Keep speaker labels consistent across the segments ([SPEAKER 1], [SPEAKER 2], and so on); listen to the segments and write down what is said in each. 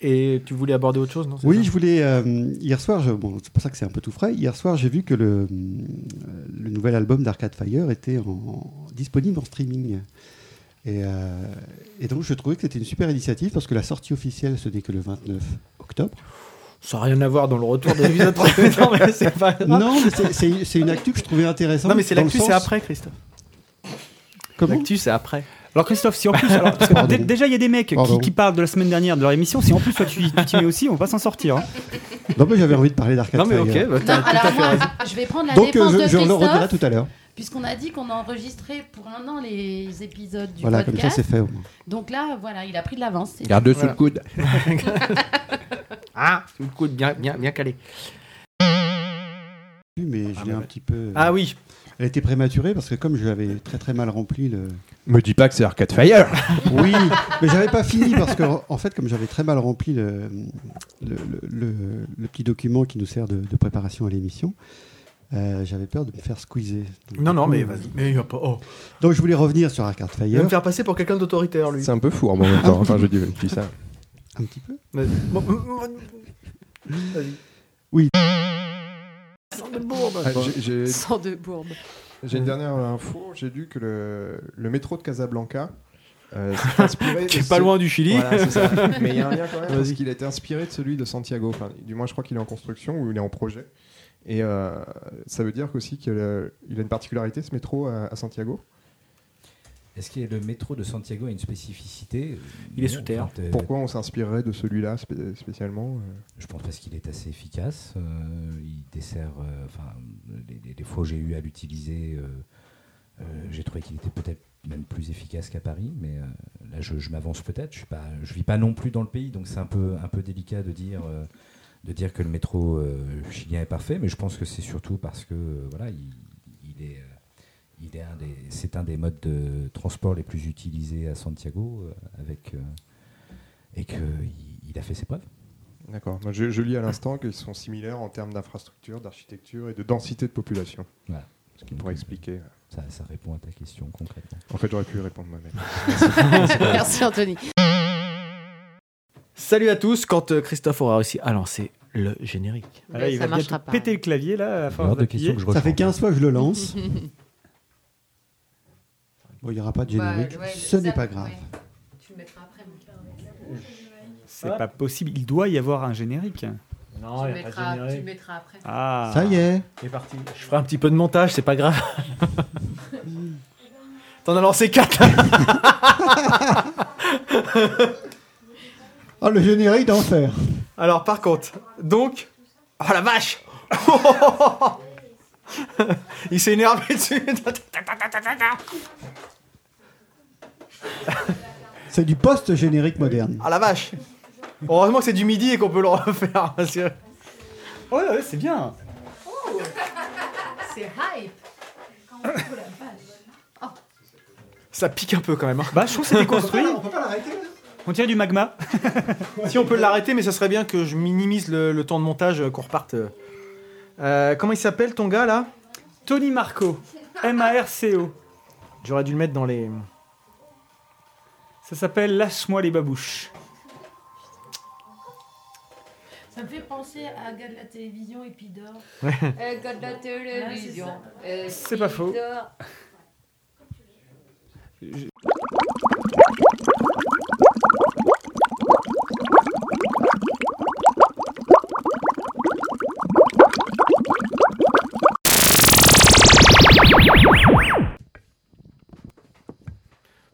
[SPEAKER 1] Et tu voulais aborder autre chose, non
[SPEAKER 2] Oui, je voulais. euh, hier soir, je- bon, c'est pour ça que c'est un peu tout frais. Hier soir, j'ai vu que le, euh, le nouvel album d'Arcade Fire était en- disponible en streaming. Et, euh, et donc, je trouvais que c'était une super initiative parce que la sortie officielle, ce n'est que le 29 octobre.
[SPEAKER 1] Ça n'a rien à voir dans le retour des épisodes précédents, mais c'est pas grave.
[SPEAKER 2] Non, mais c'est- c'est c'est une actu que je trouvais intéressante.
[SPEAKER 1] Ah. Non, mais c'est
[SPEAKER 2] dans le
[SPEAKER 1] l'actu, c'est
[SPEAKER 2] sens-
[SPEAKER 1] après, Christophe.
[SPEAKER 2] Comment
[SPEAKER 1] L'actu, c'est après.
[SPEAKER 3] Alors Christophe, si en plus, alors, parce que
[SPEAKER 2] Pardon.
[SPEAKER 3] dé- déjà il y a des mecs qui,
[SPEAKER 2] Pardon.
[SPEAKER 3] qui parlent de la semaine dernière de leur émission, si en plus toi tu tu t'y mets aussi, on va pas s'en sortir. hein.
[SPEAKER 2] Non, mais j'avais envie de parler d'Arcade
[SPEAKER 1] Non, mais
[SPEAKER 2] Fire.
[SPEAKER 1] ok, bah,
[SPEAKER 4] Non,
[SPEAKER 1] t'as tout à
[SPEAKER 4] alors
[SPEAKER 1] fait
[SPEAKER 4] moi,
[SPEAKER 1] raison.
[SPEAKER 4] je vais prendre la
[SPEAKER 2] Donc, euh,
[SPEAKER 4] défense de
[SPEAKER 2] je, je le redirai
[SPEAKER 4] Christophe,
[SPEAKER 2] tout à l'heure.
[SPEAKER 4] puisqu'on a dit qu'on enregistrait pour un an les épisodes du
[SPEAKER 2] Voilà, comme ça,
[SPEAKER 4] podcast.
[SPEAKER 2] c'est fait au moins.
[SPEAKER 4] Donc là, voilà, il a pris de l'avance. c'est-
[SPEAKER 1] Garde
[SPEAKER 5] Sous le coude.
[SPEAKER 1] Ah, sous le coude, bien, bien, bien calé.
[SPEAKER 2] Mais je l'ai un petit peu.
[SPEAKER 1] Ah oui,
[SPEAKER 2] Elle était prématurée parce que, comme je l'avais très très mal rempli le.
[SPEAKER 5] Me dis pas que c'est Arcade Fire.
[SPEAKER 2] Oui, mais j'avais pas fini parce que, en fait, comme j'avais très mal rempli le, le, le- le- le petit document qui nous sert de, de préparation à l'émission, euh, j'avais peur de me faire squeezer. Donc,
[SPEAKER 1] non,
[SPEAKER 2] du
[SPEAKER 1] non,
[SPEAKER 2] coup,
[SPEAKER 1] mais
[SPEAKER 2] euh,
[SPEAKER 1] vas-y. Mais il va pas. Oh.
[SPEAKER 2] Donc, je voulais revenir sur Arcade
[SPEAKER 1] Il va
[SPEAKER 2] Fire
[SPEAKER 1] me faire passer pour quelqu'un d'autoritaire, lui.
[SPEAKER 5] C'est un peu fou en même temps. Enfin, je dis, je dis ça.
[SPEAKER 2] un petit peu.
[SPEAKER 1] Vas-y. Bon, mm, mm, Vas-y.
[SPEAKER 2] Oui.
[SPEAKER 1] Sans de bourbe.
[SPEAKER 6] Ah, j'ai- j'ai-
[SPEAKER 7] Sans de bourbe.
[SPEAKER 6] J'ai une dernière info. J'ai lu que le, le métro de Casablanca euh, s'est inspiré. de
[SPEAKER 1] Qui est pas
[SPEAKER 6] ce-
[SPEAKER 1] loin du Chili.
[SPEAKER 6] Voilà, c'est ça. Mais il y a un lien quand même parce qu'il a été inspiré de celui de Santiago. Enfin, du moins, je crois qu'il est en construction ou il est en projet. Et euh, ça veut dire aussi qu'il a une particularité, ce métro à, à Santiago.
[SPEAKER 8] Est-ce que le métro de Santiago a une spécificité
[SPEAKER 3] Il est
[SPEAKER 8] Non,
[SPEAKER 3] sous terre.
[SPEAKER 8] enfin, t'es-
[SPEAKER 6] Pourquoi on s'inspirerait de celui-là spé- spécialement euh,
[SPEAKER 8] Je pense parce qu'il est assez efficace. euh, il dessert. euh, enfin, les, les- les fois où j'ai eu à l'utiliser, euh, euh, j'ai trouvé qu'il était peut-être même plus efficace qu'à Paris. Mais euh, là, je, je m'avance peut-être. Je suis pas. Je vis pas non plus dans le pays, donc c'est un peu un peu délicat de dire. euh, de dire que le métro euh, chilien est parfait, mais je pense que c'est surtout parce que euh, voilà, il, il est, euh, il est un des, c'est un des modes de transport les plus utilisés à Santiago, euh, avec euh, et que il- il a fait ses preuves.
[SPEAKER 6] D'accord. Moi, Je, je lis à l'instant qu'ils sont similaires en termes d'infrastructure, d'architecture et de densité de population.
[SPEAKER 8] Voilà.
[SPEAKER 6] Ce qui pourrait expliquer. euh,
[SPEAKER 8] Ça, ça répond à ta question concrètement.
[SPEAKER 6] En fait, j'aurais pu y répondre moi-même.
[SPEAKER 7] Merci Anthony.
[SPEAKER 4] Ah,
[SPEAKER 1] Salut à tous, quand euh, Christophe aura réussi à lancer le générique.
[SPEAKER 3] Ah là, il
[SPEAKER 7] ça
[SPEAKER 3] va
[SPEAKER 7] marchera
[SPEAKER 3] bientôt
[SPEAKER 7] pas.
[SPEAKER 3] péter le clavier là. à la fin
[SPEAKER 8] Hors
[SPEAKER 3] de
[SPEAKER 8] de question que je
[SPEAKER 2] Ça fait
[SPEAKER 8] reprends.
[SPEAKER 2] 15 fois que je le lance. Bon, il n'y aura pas de générique.
[SPEAKER 4] Ouais, ouais,
[SPEAKER 2] Ce
[SPEAKER 4] ça,
[SPEAKER 2] n'est pas grave.
[SPEAKER 4] ouais. Tu le mettras après, mon cœur.
[SPEAKER 3] C'est pas possible, il doit y avoir un générique.
[SPEAKER 1] Non,
[SPEAKER 4] tu, le mettras, tu le mettras après.
[SPEAKER 3] Ah.
[SPEAKER 2] Ça y est.
[SPEAKER 1] C'est parti. Je ferai un petit peu de montage, c'est pas grave. T'en as lancé 4
[SPEAKER 2] Oh, le générique d'enfer.
[SPEAKER 1] Alors par contre, donc. Oh la vache Il s'est énervé dessus
[SPEAKER 2] C'est du post-générique moderne.
[SPEAKER 1] Ah la vache Heureusement que c'est du midi et qu'on peut le refaire. parce que-
[SPEAKER 3] Oh ouais, ouais, c'est bien.
[SPEAKER 4] C'est hype.
[SPEAKER 1] Ça pique un peu quand même. hein.
[SPEAKER 3] Bah je trouve que c'est déconstruit. On tient du magma.
[SPEAKER 1] Si on peut l'arrêter, mais ça serait bien que je minimise le, le temps de montage, euh, qu'on reparte. euh. Euh, comment il s'appelle ton gars là
[SPEAKER 3] Tony Marco, M-A-R-C-O.
[SPEAKER 1] J'aurais dû le mettre dans les.
[SPEAKER 3] Ça s'appelle Lâche-moi les babouches.
[SPEAKER 4] Ça me fait penser à un gars de la télévision et puis dort. télévision.
[SPEAKER 3] C'est pas faux.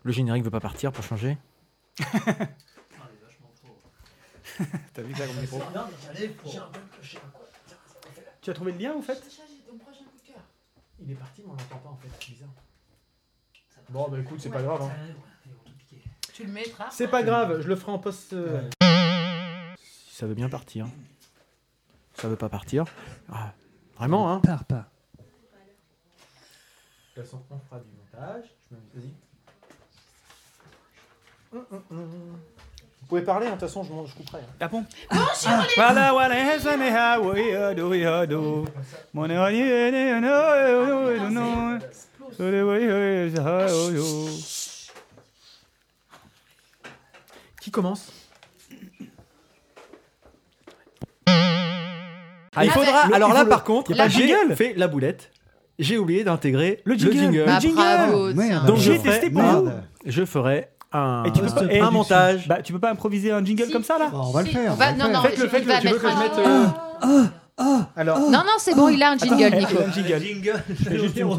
[SPEAKER 1] Le générique veut pas partir pour changer.
[SPEAKER 3] T'as vu ça comme micro Tu as trouvé le lien en fait
[SPEAKER 1] Il est parti, mais on l'entend pas en fait, c'est bizarre. Bon, bah écoute, c'est pas grave. hein.
[SPEAKER 4] Tu le mettras.
[SPEAKER 1] C'est pas grave, je le ferai en post. euh. Si ça veut bien partir. Ça veut pas partir. Ah, vraiment, hein
[SPEAKER 3] Pars pas.
[SPEAKER 1] De toute façon, on fera du montage. Je me dis. Hum, Vous pouvez parler, hein, de toute façon, je, m'en- je couperai. hein.
[SPEAKER 3] Ah bon Voilà, voilà, eh, ça n'est pas, oui, euh, do, oui, euh, do. Mon euh, oui, euh, euh, euh, euh, euh, non, euh, euh, oui, euh, euh, euh, euh,
[SPEAKER 1] Qui commence Il
[SPEAKER 4] Ah,
[SPEAKER 1] faudra.
[SPEAKER 4] mais-
[SPEAKER 1] alors
[SPEAKER 3] il
[SPEAKER 1] là,
[SPEAKER 3] faut
[SPEAKER 1] par contre,
[SPEAKER 3] Il y a pas de jingle.
[SPEAKER 1] j'ai fait la boulette. J'ai oublié d'intégrer
[SPEAKER 3] Le
[SPEAKER 1] le
[SPEAKER 3] jingle.
[SPEAKER 1] jingle.
[SPEAKER 3] Bah,
[SPEAKER 7] Bah,
[SPEAKER 3] jingle
[SPEAKER 7] bravo,
[SPEAKER 2] Ah, Merde.
[SPEAKER 7] tiens.
[SPEAKER 1] Donc
[SPEAKER 3] J'ai
[SPEAKER 1] je ferai-
[SPEAKER 3] testé pour
[SPEAKER 1] merde.
[SPEAKER 3] vous.
[SPEAKER 1] Je ferai un,
[SPEAKER 3] Et tu peux pas-
[SPEAKER 1] un
[SPEAKER 3] eh,
[SPEAKER 1] montage.
[SPEAKER 3] Bah, tu peux pas improviser un jingle
[SPEAKER 4] Si.
[SPEAKER 3] comme ça là
[SPEAKER 7] Oh.
[SPEAKER 2] Bon, on va le
[SPEAKER 4] Si,
[SPEAKER 2] faire.
[SPEAKER 4] on
[SPEAKER 2] on
[SPEAKER 4] va-
[SPEAKER 2] va le
[SPEAKER 4] non,
[SPEAKER 2] faire.
[SPEAKER 4] non,
[SPEAKER 3] Faites-le,
[SPEAKER 4] il
[SPEAKER 3] faites-le,
[SPEAKER 4] va
[SPEAKER 3] tu veux
[SPEAKER 4] mettre
[SPEAKER 3] que je
[SPEAKER 4] un-
[SPEAKER 3] mette, euh,
[SPEAKER 6] Alors,
[SPEAKER 7] Non, non, c'est bon, il a Oh. un jingle, Nico.
[SPEAKER 3] Un jingle.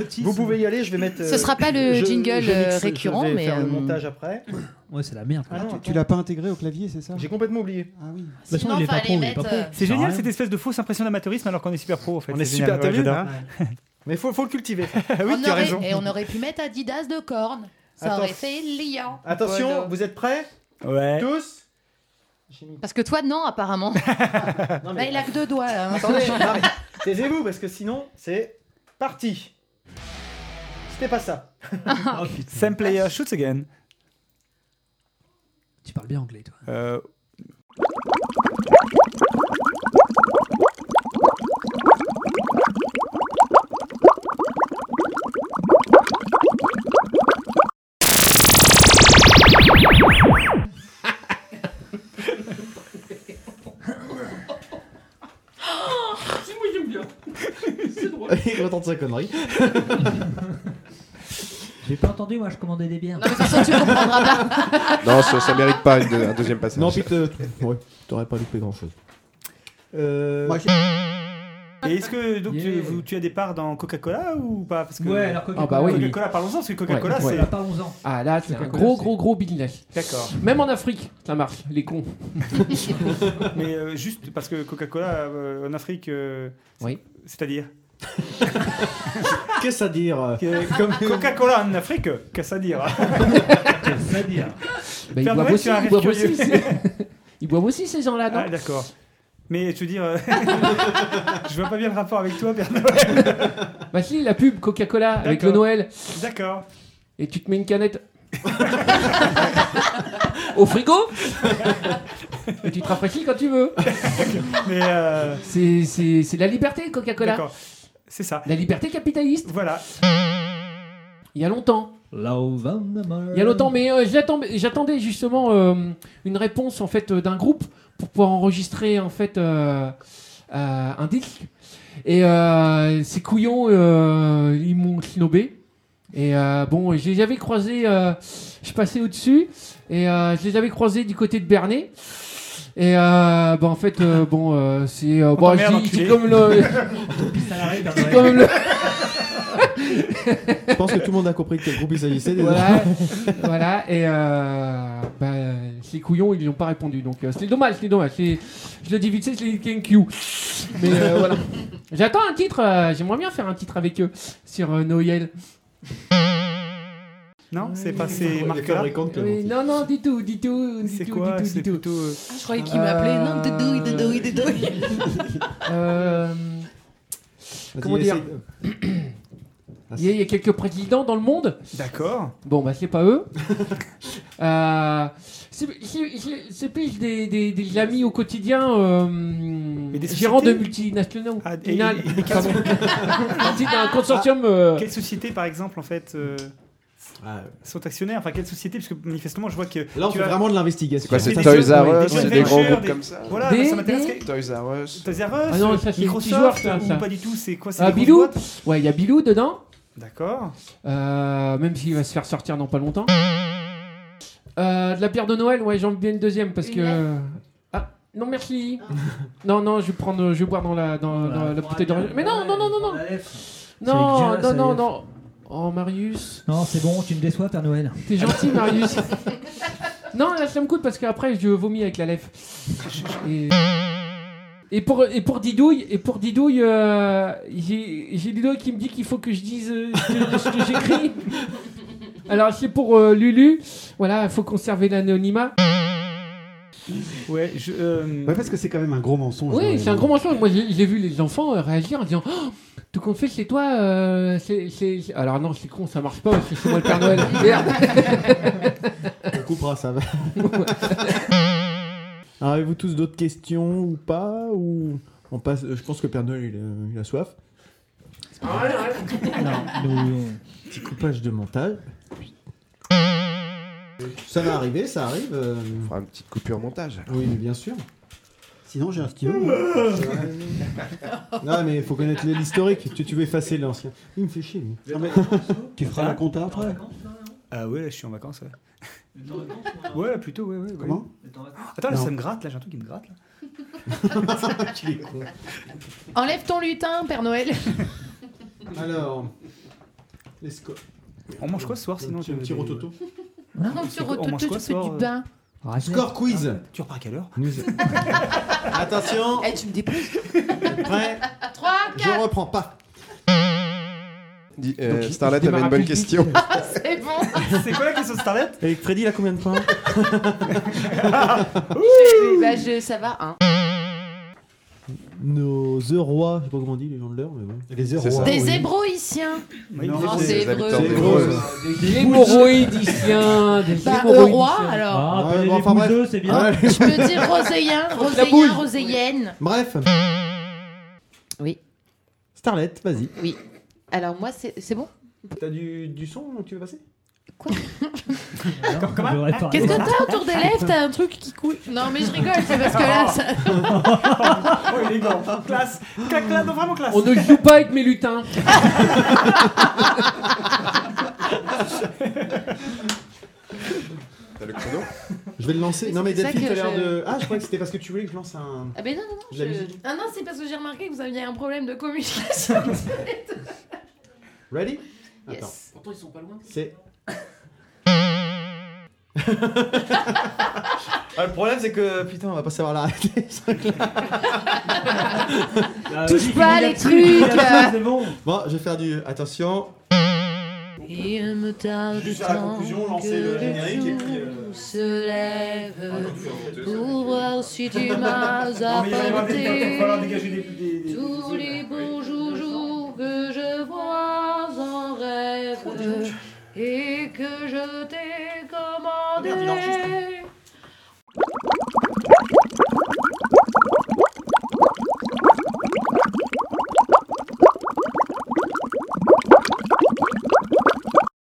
[SPEAKER 9] Vous pouvez y aller, je vais mettre. euh,
[SPEAKER 7] Ce sera pas le
[SPEAKER 9] je-
[SPEAKER 7] jingle
[SPEAKER 9] je mixe,
[SPEAKER 7] euh, récurrent,
[SPEAKER 9] je vais
[SPEAKER 7] mais.
[SPEAKER 9] faire le
[SPEAKER 7] euh,
[SPEAKER 9] montage après. Ouais, c'est la merde.
[SPEAKER 2] Ah,
[SPEAKER 10] Bah,
[SPEAKER 2] tu- tu l'as pas intégré au clavier, c'est ça
[SPEAKER 9] J'ai complètement oublié.
[SPEAKER 2] Ah oui.
[SPEAKER 4] Sinon,
[SPEAKER 9] il est pas
[SPEAKER 4] fallait
[SPEAKER 9] pro, il est
[SPEAKER 4] mettre,
[SPEAKER 9] pas pro.
[SPEAKER 4] euh,
[SPEAKER 3] C'est
[SPEAKER 10] Bah,
[SPEAKER 9] Ça
[SPEAKER 3] génial
[SPEAKER 9] sert à
[SPEAKER 3] cette espèce de fausse impression d'amateurisme alors qu'on est super pro en fait.
[SPEAKER 1] On est
[SPEAKER 3] C'est
[SPEAKER 1] super
[SPEAKER 3] génial, ouais,
[SPEAKER 1] talentueux,
[SPEAKER 3] j'adore.
[SPEAKER 1] hein.
[SPEAKER 9] Mais faut, faut le cultiver.
[SPEAKER 7] Ah
[SPEAKER 1] Ah
[SPEAKER 4] on aurait- Et on aurait pu mettre Adidas de corne. Ça
[SPEAKER 9] Attends.
[SPEAKER 4] aurait fait liant.
[SPEAKER 9] Attention,
[SPEAKER 4] Voilà.
[SPEAKER 9] vous êtes prêts
[SPEAKER 1] hein.
[SPEAKER 3] Ouais.
[SPEAKER 9] Tous
[SPEAKER 7] Parce que toi, non, apparemment.
[SPEAKER 4] Là,
[SPEAKER 9] Non, mais-
[SPEAKER 4] il a que deux doigts. là, hein.
[SPEAKER 9] Attendez, non, mais taisez-vous parce que sinon, c'est parti. C'était pas ça.
[SPEAKER 3] Same player shoots again.
[SPEAKER 10] Tu parles bien anglais, toi.
[SPEAKER 3] Euh,
[SPEAKER 9] Il content de sa connerie.
[SPEAKER 10] J'ai pas entendu, moi, je commandais des bières.
[SPEAKER 7] Non, mais de toute façon, tu comprendras pas.
[SPEAKER 5] Non, ça, ça mérite pas une deux- un deuxième passage.
[SPEAKER 9] Non, puis te- ouais, t'aurais pas loupé grand chose. Euh...
[SPEAKER 2] Moi,
[SPEAKER 3] Et est-ce que donc, tu,
[SPEAKER 10] Yeah.
[SPEAKER 3] vous- tu as des parts dans Coca-Cola ou pas Parce que
[SPEAKER 10] Ouais, alors Coca-Cola.
[SPEAKER 11] Ah bah oui.
[SPEAKER 3] Coca-Cola, parlons-en, parce que Coca-Cola,
[SPEAKER 11] Ouais.
[SPEAKER 3] c'est.
[SPEAKER 10] Bah, Parlons-en.
[SPEAKER 11] Ah là, c'est un
[SPEAKER 10] Coca-Cola,
[SPEAKER 11] gros,
[SPEAKER 10] c'est-
[SPEAKER 11] gros, gros business.
[SPEAKER 3] D'accord.
[SPEAKER 11] Même en Afrique, ça marche, les cons.
[SPEAKER 3] Mais euh, juste parce que Coca-Cola euh, en Afrique. euh, c'est-
[SPEAKER 11] Oui.
[SPEAKER 3] C'est-à-dire
[SPEAKER 9] Qu'est-ce à dire
[SPEAKER 3] Coca-Cola en Afrique, qu'est-ce à dire
[SPEAKER 11] Ah,
[SPEAKER 10] C'est-à-dire.
[SPEAKER 11] Bah, ils
[SPEAKER 3] Père
[SPEAKER 11] boivent
[SPEAKER 3] Noël,
[SPEAKER 11] aussi,
[SPEAKER 3] tu as un
[SPEAKER 11] ils boivent
[SPEAKER 3] reste
[SPEAKER 11] aussi. c'est- Ils boivent aussi ces gens-là, non
[SPEAKER 3] Ah, d'accord. Mais je veux dire, euh, je vois pas bien le rapport avec toi, Bernard.
[SPEAKER 11] Bah si, la pub Coca-Cola avec le
[SPEAKER 3] D'accord.
[SPEAKER 11] Noël,
[SPEAKER 3] D'accord.
[SPEAKER 11] et tu te mets une canette au frigo, et tu te rafraîchis quand tu veux.
[SPEAKER 3] Mais euh,
[SPEAKER 11] C'est- C'est c'est la liberté, Coca-Cola.
[SPEAKER 3] d'accord, c'est ça.
[SPEAKER 11] La liberté capitaliste,
[SPEAKER 3] Voilà.
[SPEAKER 11] il y a longtemps.
[SPEAKER 10] Love and
[SPEAKER 11] Il y a longtemps, mais euh, j'attendais- j'attendais justement euh, une réponse en fait euh, d'un groupe pour pouvoir enregistrer en fait euh, euh, un disque. Et euh, ces couillons, euh, ils m'ont snobé. Et euh, bon, je les avais croisés, euh, je passais au-dessus, et euh, je les avais croisés du côté de Bernay. Et euh, bah en fait, euh, bon, euh, c'est. euh, bon,
[SPEAKER 3] t'emmerde,
[SPEAKER 11] je dis- je dis
[SPEAKER 3] enculé.
[SPEAKER 11] comme le. je dis comme le-
[SPEAKER 9] Je pense que tout le monde a compris de quel groupe il s'agissait.
[SPEAKER 11] voilà, voilà, et euh, bah, ces couillons, ils n'ont pas répondu. Donc euh, c'était dommage, c'était dommage. C'est- Je le dis vite, fait, je les Q. Mais euh, voilà. J'attends un titre, euh, j'aimerais bien faire un titre avec eux sur euh, Noël.
[SPEAKER 3] Non, c'est pas
[SPEAKER 9] Les
[SPEAKER 3] ces marques-là.
[SPEAKER 9] fabricants de
[SPEAKER 11] Oui,
[SPEAKER 9] Clémentine.
[SPEAKER 11] non, non, du tout, du tout, du
[SPEAKER 3] C'est
[SPEAKER 11] tout,
[SPEAKER 3] quoi
[SPEAKER 11] du tout,
[SPEAKER 3] C'est
[SPEAKER 11] du tout.
[SPEAKER 3] plutôt. euh,
[SPEAKER 7] Je croyais qu'il m'appelait. Non, dédouille, dédouille, dédouille.
[SPEAKER 11] Euh,
[SPEAKER 9] Vas-y,
[SPEAKER 11] comment dire
[SPEAKER 9] essaye de-
[SPEAKER 3] Ah,
[SPEAKER 11] Il y, a- il y a quelques présidents dans le monde.
[SPEAKER 3] D'accord.
[SPEAKER 11] Bon, bah c'est pas eux. Euh, c'est c'est- c'est- c'est plus des, des, des amis au quotidien, euh,
[SPEAKER 3] des
[SPEAKER 11] gérants de
[SPEAKER 3] sociétés
[SPEAKER 11] multinationaux.
[SPEAKER 3] Ah, et-
[SPEAKER 11] Inal-
[SPEAKER 3] et- et-
[SPEAKER 11] pardon. Partie d'un consortium. euh,
[SPEAKER 3] Quelle société, par exemple, en fait, euh,
[SPEAKER 9] Ah,
[SPEAKER 3] sont actionnaires Enfin, quelle société Parce que manifestement, je vois que.
[SPEAKER 9] Là, on
[SPEAKER 3] tu
[SPEAKER 9] fait
[SPEAKER 3] as-
[SPEAKER 9] vraiment de l'investigation.
[SPEAKER 5] Quoi, c'est
[SPEAKER 3] des-
[SPEAKER 5] Toys R
[SPEAKER 3] des
[SPEAKER 5] Us, c'est
[SPEAKER 3] joint
[SPEAKER 5] des grands
[SPEAKER 3] ventures,
[SPEAKER 5] groupes
[SPEAKER 3] des-
[SPEAKER 5] comme ça.
[SPEAKER 3] Voilà,
[SPEAKER 11] Des-
[SPEAKER 3] moi, ça m'intéresse.
[SPEAKER 11] des-
[SPEAKER 3] que-
[SPEAKER 5] Toys R Us.
[SPEAKER 3] Toys R Us, euh,
[SPEAKER 11] Ah non, ça, c'est des petits joueurs,
[SPEAKER 3] Microsoft,
[SPEAKER 11] ça,
[SPEAKER 3] ou
[SPEAKER 11] ça.
[SPEAKER 3] pas du tout C'est quoi c'est
[SPEAKER 11] Ah,
[SPEAKER 3] des grosses
[SPEAKER 11] Bilou
[SPEAKER 3] boîtes
[SPEAKER 11] Ouais, il y a Bilou dedans.
[SPEAKER 3] D'accord.
[SPEAKER 11] euh, même s'il va se faire sortir dans pas longtemps. Euh, de la bière de Noël, ouais, j'en veux bien une deuxième parce
[SPEAKER 4] Une
[SPEAKER 11] que. Ah, non, merci. non, non, je vais, prendre, je vais boire dans la, dans, dans euh, la bouteille d'orange. Mais non, non, non, non, non.
[SPEAKER 10] Ça y est, déjà,
[SPEAKER 11] Non, non,
[SPEAKER 10] ça y
[SPEAKER 11] non,
[SPEAKER 10] est.
[SPEAKER 11] non. Oh, Marius.
[SPEAKER 10] Non, c'est bon, tu me déçois, Père Noël.
[SPEAKER 11] T'es gentil, Marius. non, là, ça me coûte parce qu'après, je vomis avec la lèvre. Et... et pour, et pour Didouille, et pour Didouille euh, j'ai j'ai Didouille qui me dit qu'il faut que je dise euh, ce que- ce que j'écris. Alors, c'est pour euh, Lulu. Voilà, il faut conserver l'anonymat.
[SPEAKER 3] Ouais, je. euh,
[SPEAKER 2] Ouais, parce que c'est quand même un gros mensonge. hein.
[SPEAKER 11] Oui,
[SPEAKER 2] Noël.
[SPEAKER 11] c'est un gros mensonge. Moi, j'ai j'ai vu les enfants euh, réagir en disant oh, Tout compte fait, c'est toi. euh, c'est- c'est- c'est- Alors, non, c'est con, ça marche pas parce que c'est moi le Père Noël. Merde.
[SPEAKER 9] On coupera ça. va. Alors, Avez-vous tous d'autres questions ou pas ou on passe euh, Je pense que Père Noël il a, il a soif.
[SPEAKER 10] Non, nous-
[SPEAKER 9] Petit coupage de mental. Ça va arriver, ça arrive. euh,
[SPEAKER 5] On fera une petite coupure montage.
[SPEAKER 9] Oui, mais bien sûr.
[SPEAKER 12] Sinon, j'ai un stylo.
[SPEAKER 1] non, mais il faut connaître l'historique. Tu, tu veux effacer l'ancien. Il me fait chier. lui.
[SPEAKER 12] tu feras la compta après
[SPEAKER 3] Ah ouais, là, je suis en vacances. Ouais, ouais plutôt, ouais, ouais. ouais.
[SPEAKER 12] Comment
[SPEAKER 3] Attends, là,
[SPEAKER 12] Non.
[SPEAKER 3] ça me gratte, là, j'ai un truc qui me gratte. Là.
[SPEAKER 1] Tu es con.
[SPEAKER 7] Enlève ton lutin, Père Noël.
[SPEAKER 1] Alors, l'esco.
[SPEAKER 3] On mange quoi ce soir sinon
[SPEAKER 1] Un petit- un petit rototo.
[SPEAKER 7] Non, tu
[SPEAKER 3] mange
[SPEAKER 7] retournes
[SPEAKER 3] quoi ce
[SPEAKER 7] tu fais
[SPEAKER 3] soir,
[SPEAKER 7] du
[SPEAKER 3] euh
[SPEAKER 7] bain.
[SPEAKER 1] Score quiz.
[SPEAKER 3] Tu repars à quelle heure
[SPEAKER 1] Attention,
[SPEAKER 7] Eh, tu me déposes.
[SPEAKER 1] prêt
[SPEAKER 7] 3,
[SPEAKER 1] Je reprends pas.
[SPEAKER 6] Dis, euh,
[SPEAKER 13] Donc, il- il
[SPEAKER 6] Starlet avait
[SPEAKER 13] démarre
[SPEAKER 6] une
[SPEAKER 13] à
[SPEAKER 6] bonne
[SPEAKER 13] pique-nique.
[SPEAKER 6] question.
[SPEAKER 7] c'est bon.
[SPEAKER 3] C'est quoi la question de Starlet
[SPEAKER 14] Et Freddy, il a combien de points
[SPEAKER 7] Eh ben, je- ça va, hein.
[SPEAKER 1] Nos œufs rois, je sais pas comment on dit les gens de l'heure, mais bon. Les œufs
[SPEAKER 6] C'est ça.
[SPEAKER 7] Des hébroïciens. Non, Oh, c'est
[SPEAKER 6] Les
[SPEAKER 7] hébreux.
[SPEAKER 6] habitants
[SPEAKER 1] C'est
[SPEAKER 6] des
[SPEAKER 1] gros.
[SPEAKER 6] Dreux.
[SPEAKER 11] Des hémorroïdiciens, des hein.
[SPEAKER 7] Bah,
[SPEAKER 11] hémorroïdiciens.
[SPEAKER 7] roi, alors.
[SPEAKER 10] Ah,
[SPEAKER 1] Ouais,
[SPEAKER 10] appelez
[SPEAKER 1] bon,
[SPEAKER 10] les
[SPEAKER 1] enfin, bref.
[SPEAKER 10] bouseux, c'est bien.
[SPEAKER 1] Allez.
[SPEAKER 7] Je peux dire roséien,
[SPEAKER 1] bouille.
[SPEAKER 7] roséien, roséienne.
[SPEAKER 1] Bref,
[SPEAKER 7] Oui,
[SPEAKER 1] Starlet, vas-y.
[SPEAKER 7] oui. Alors, moi, c'est c'est bon
[SPEAKER 1] T'as du, du son que tu veux passer
[SPEAKER 10] Alors, on devrait parler.
[SPEAKER 7] Qu'est-ce que t'as autour des lèvres T'as un truc qui coule Non, mais je rigole, c'est parce que là, ça...
[SPEAKER 3] Oh, élégant, classe, classe, classe, non, vraiment classe.
[SPEAKER 11] On ne joue pas avec mes lutins.
[SPEAKER 6] T'as le chrono
[SPEAKER 1] Je vais le lancer.
[SPEAKER 7] Mais
[SPEAKER 1] Non mais
[SPEAKER 7] c'est ça
[SPEAKER 1] Delphine,
[SPEAKER 7] que
[SPEAKER 1] t'as l'air
[SPEAKER 7] je-
[SPEAKER 1] de. Ah, je croyais que c'était parce que tu voulais que je lance un.
[SPEAKER 7] Ah ben non, non, non,
[SPEAKER 1] De la
[SPEAKER 7] je-
[SPEAKER 1] musique.
[SPEAKER 7] Ah non, c'est parce que j'ai remarqué que vous aviez un problème de communication.
[SPEAKER 1] Ready Attends,
[SPEAKER 7] yes.
[SPEAKER 11] Pourtant, ils sont pas loin.
[SPEAKER 1] c'est. Ah,
[SPEAKER 14] Le problème, c'est que.
[SPEAKER 1] Putain, on va pas savoir l'arrêter. ce truc-là.
[SPEAKER 10] Ah,
[SPEAKER 7] Touche
[SPEAKER 10] vas-y,
[SPEAKER 7] pas
[SPEAKER 10] finis
[SPEAKER 7] les
[SPEAKER 10] la truc,
[SPEAKER 7] trucs,
[SPEAKER 10] finis la
[SPEAKER 7] euh.
[SPEAKER 10] truc, C'est bon.
[SPEAKER 1] bon, je vais faire du. Attention.
[SPEAKER 7] Il me tarde
[SPEAKER 1] Juste à la conclusion,
[SPEAKER 7] tant que
[SPEAKER 1] lancer le générique et
[SPEAKER 7] jour
[SPEAKER 1] puis, euh,
[SPEAKER 7] se
[SPEAKER 3] Ah,
[SPEAKER 7] lève pour voir si tu m'as
[SPEAKER 3] mais il va y avoir des- il va falloir
[SPEAKER 7] apporté
[SPEAKER 3] dégager des. des, des
[SPEAKER 7] tous les beaux joujoux que je vois en
[SPEAKER 3] Oh, Oh,
[SPEAKER 7] rêve et que je t'ai commandé.